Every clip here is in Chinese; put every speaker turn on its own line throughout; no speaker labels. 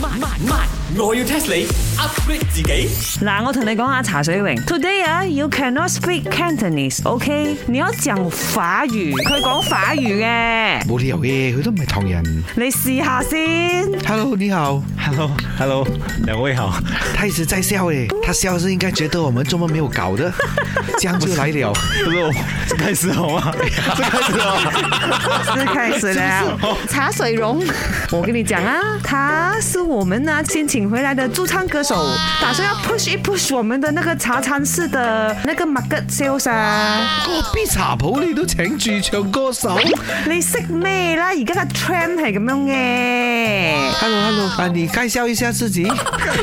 慢慢，我要 test 你 upgrade 自己。
嗱，我同你講下茶水榮，Today 啊，you cannot speak Cantonese，OK？、你要講法語，佢講法語嘅，
冇理由嘅，佢都唔係唐人。
你試下先。
Hello，你好，
Hello，Hello，两位好。
他一直在笑诶，他笑是应该觉得我们做梦没有搞 的，这样就来了。
不是我，是开始好吗？是开始好吗？
是开始了。 茶水荣，我跟你讲啊，他是我们呢、先请回来的驻唱歌手，打算要 push 一 push 我们的那个茶餐室的那个 market sales 啊。
個 B 茶鋪你都請駐唱歌手
你识咩啦？而家嘅 trend 系咁样嘅。
？Hello，Hello，啊，你介紹一下自 己。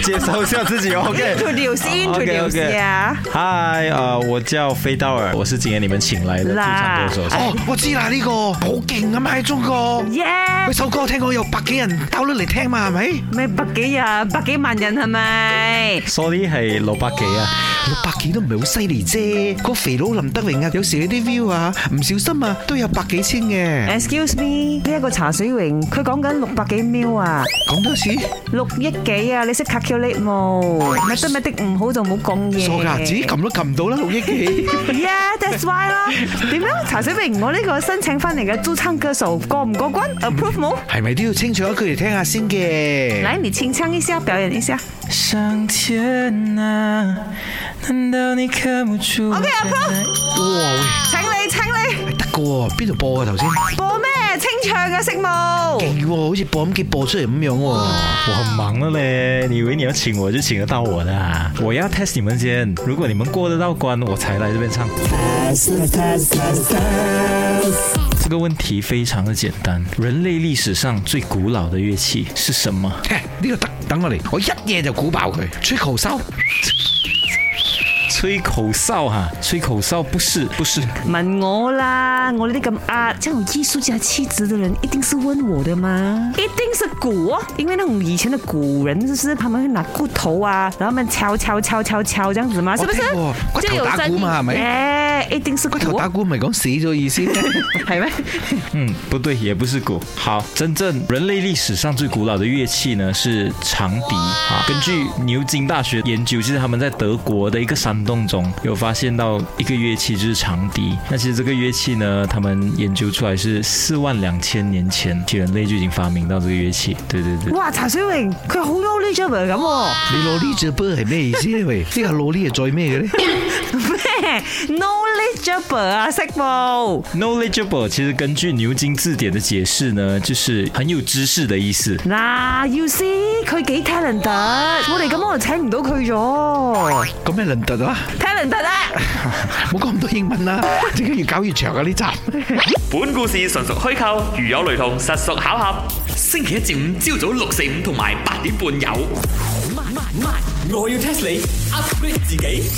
介绍一下自己，OK。
Introduce, introduce 呀。
嗨，呃，我叫飞道尔，我是今天你们请来的驻唱歌手。
哎
哦，我知啦，呢個好勁啊嘛，喺中國。
Yeah，
佢首歌聽講有百幾人 download 嚟聽嘛，係咪？
咩百幾人、百幾萬人係咪？
Sorry 係六百幾啊，
六百幾都唔係好犀利啫。個肥佬林德榮啊，有時嗰啲 view 啊，唔小心啊，都有百幾千嘅。
Excuse me，呢一個茶水榮，佢講緊六百幾 mil 啊，
講多次，
六億幾啊，你識 calculate 冇？咪得咪的，唔好就冇講嘢。
傻噶，自己撳都撳唔到啦，六億幾。
Yeah，that's why 啦。點樣？茶水榮，我呢個申請翻嚟嘅駐唱歌手過唔過關？Approve 冇？
係咪都要清楚一句嚟聽下先嘅？
來，你清唱一下，表演一下。
上天啊，难道你看不出
嗯
OK，
我
approve。
哇
請你，請你
喂，得噶喎，邊度播啊頭先？
播咩清唱嘅識冇？
勁喎，好似播音機播出嚟咁樣喎。
我很忙的嘞。你以为你要请我就请得到我的、啊？我要 test 你们先，如果你们过得到关，我才来这边唱。这个问题非常的简单，人类历史上最古老的乐器是什么？
嘿，呢個得，等我嚟，我一夜就估爆佢，吹球收。
吹口哨哈、吹口哨不是不是，
問我啦，我呢啲咁啊，這種藝術家氣質的人，一定是問我的嗎？一定是鼓哦，因為那種以前的古人，就是他們會拿骨頭啊，然後他們敲敲敲敲敲這樣子嘛，是不是
聽過？哦骨頭
哦就有
打
聲
鼓嘛
音
係咪
耶一定是
個頭
鼓
打
哦，
鼓唔係講死咗意思，
係咩？
嗯，不对，也不是鼓。好，真正人类历史上最古老的乐器呢是长笛啊。根据牛津大学研究，其实他们在德国的一个山洞中有发现到一个乐器，就是长笛。那其实这个乐器呢，他们研究出来是四万两千年前，其实人类就已经发明到这个乐器。对对对。
哇！茶水榮佢好 knowledgeable 咁喎
你攞呢只波係咩意思咧？喂，呢個攞呢係載咩嘅咧？
咩，knowledgeable 啊，識冇？
Knowledgeable 其实根据牛津字典的解释呢，就是很有知识的意思。
嗱，you see 佢幾 talent，我哋咁我就請唔到佢咗
咁咩輪突啊？
，talent 啊！
冇講咁多英文啦，陣間越搞越長啊呢集。
本故事純屬虛構，如有雷同，實屬巧合。星期一至五朝早六四五同埋八點半有。
慢慢，我要 test 你 upgrade 自己。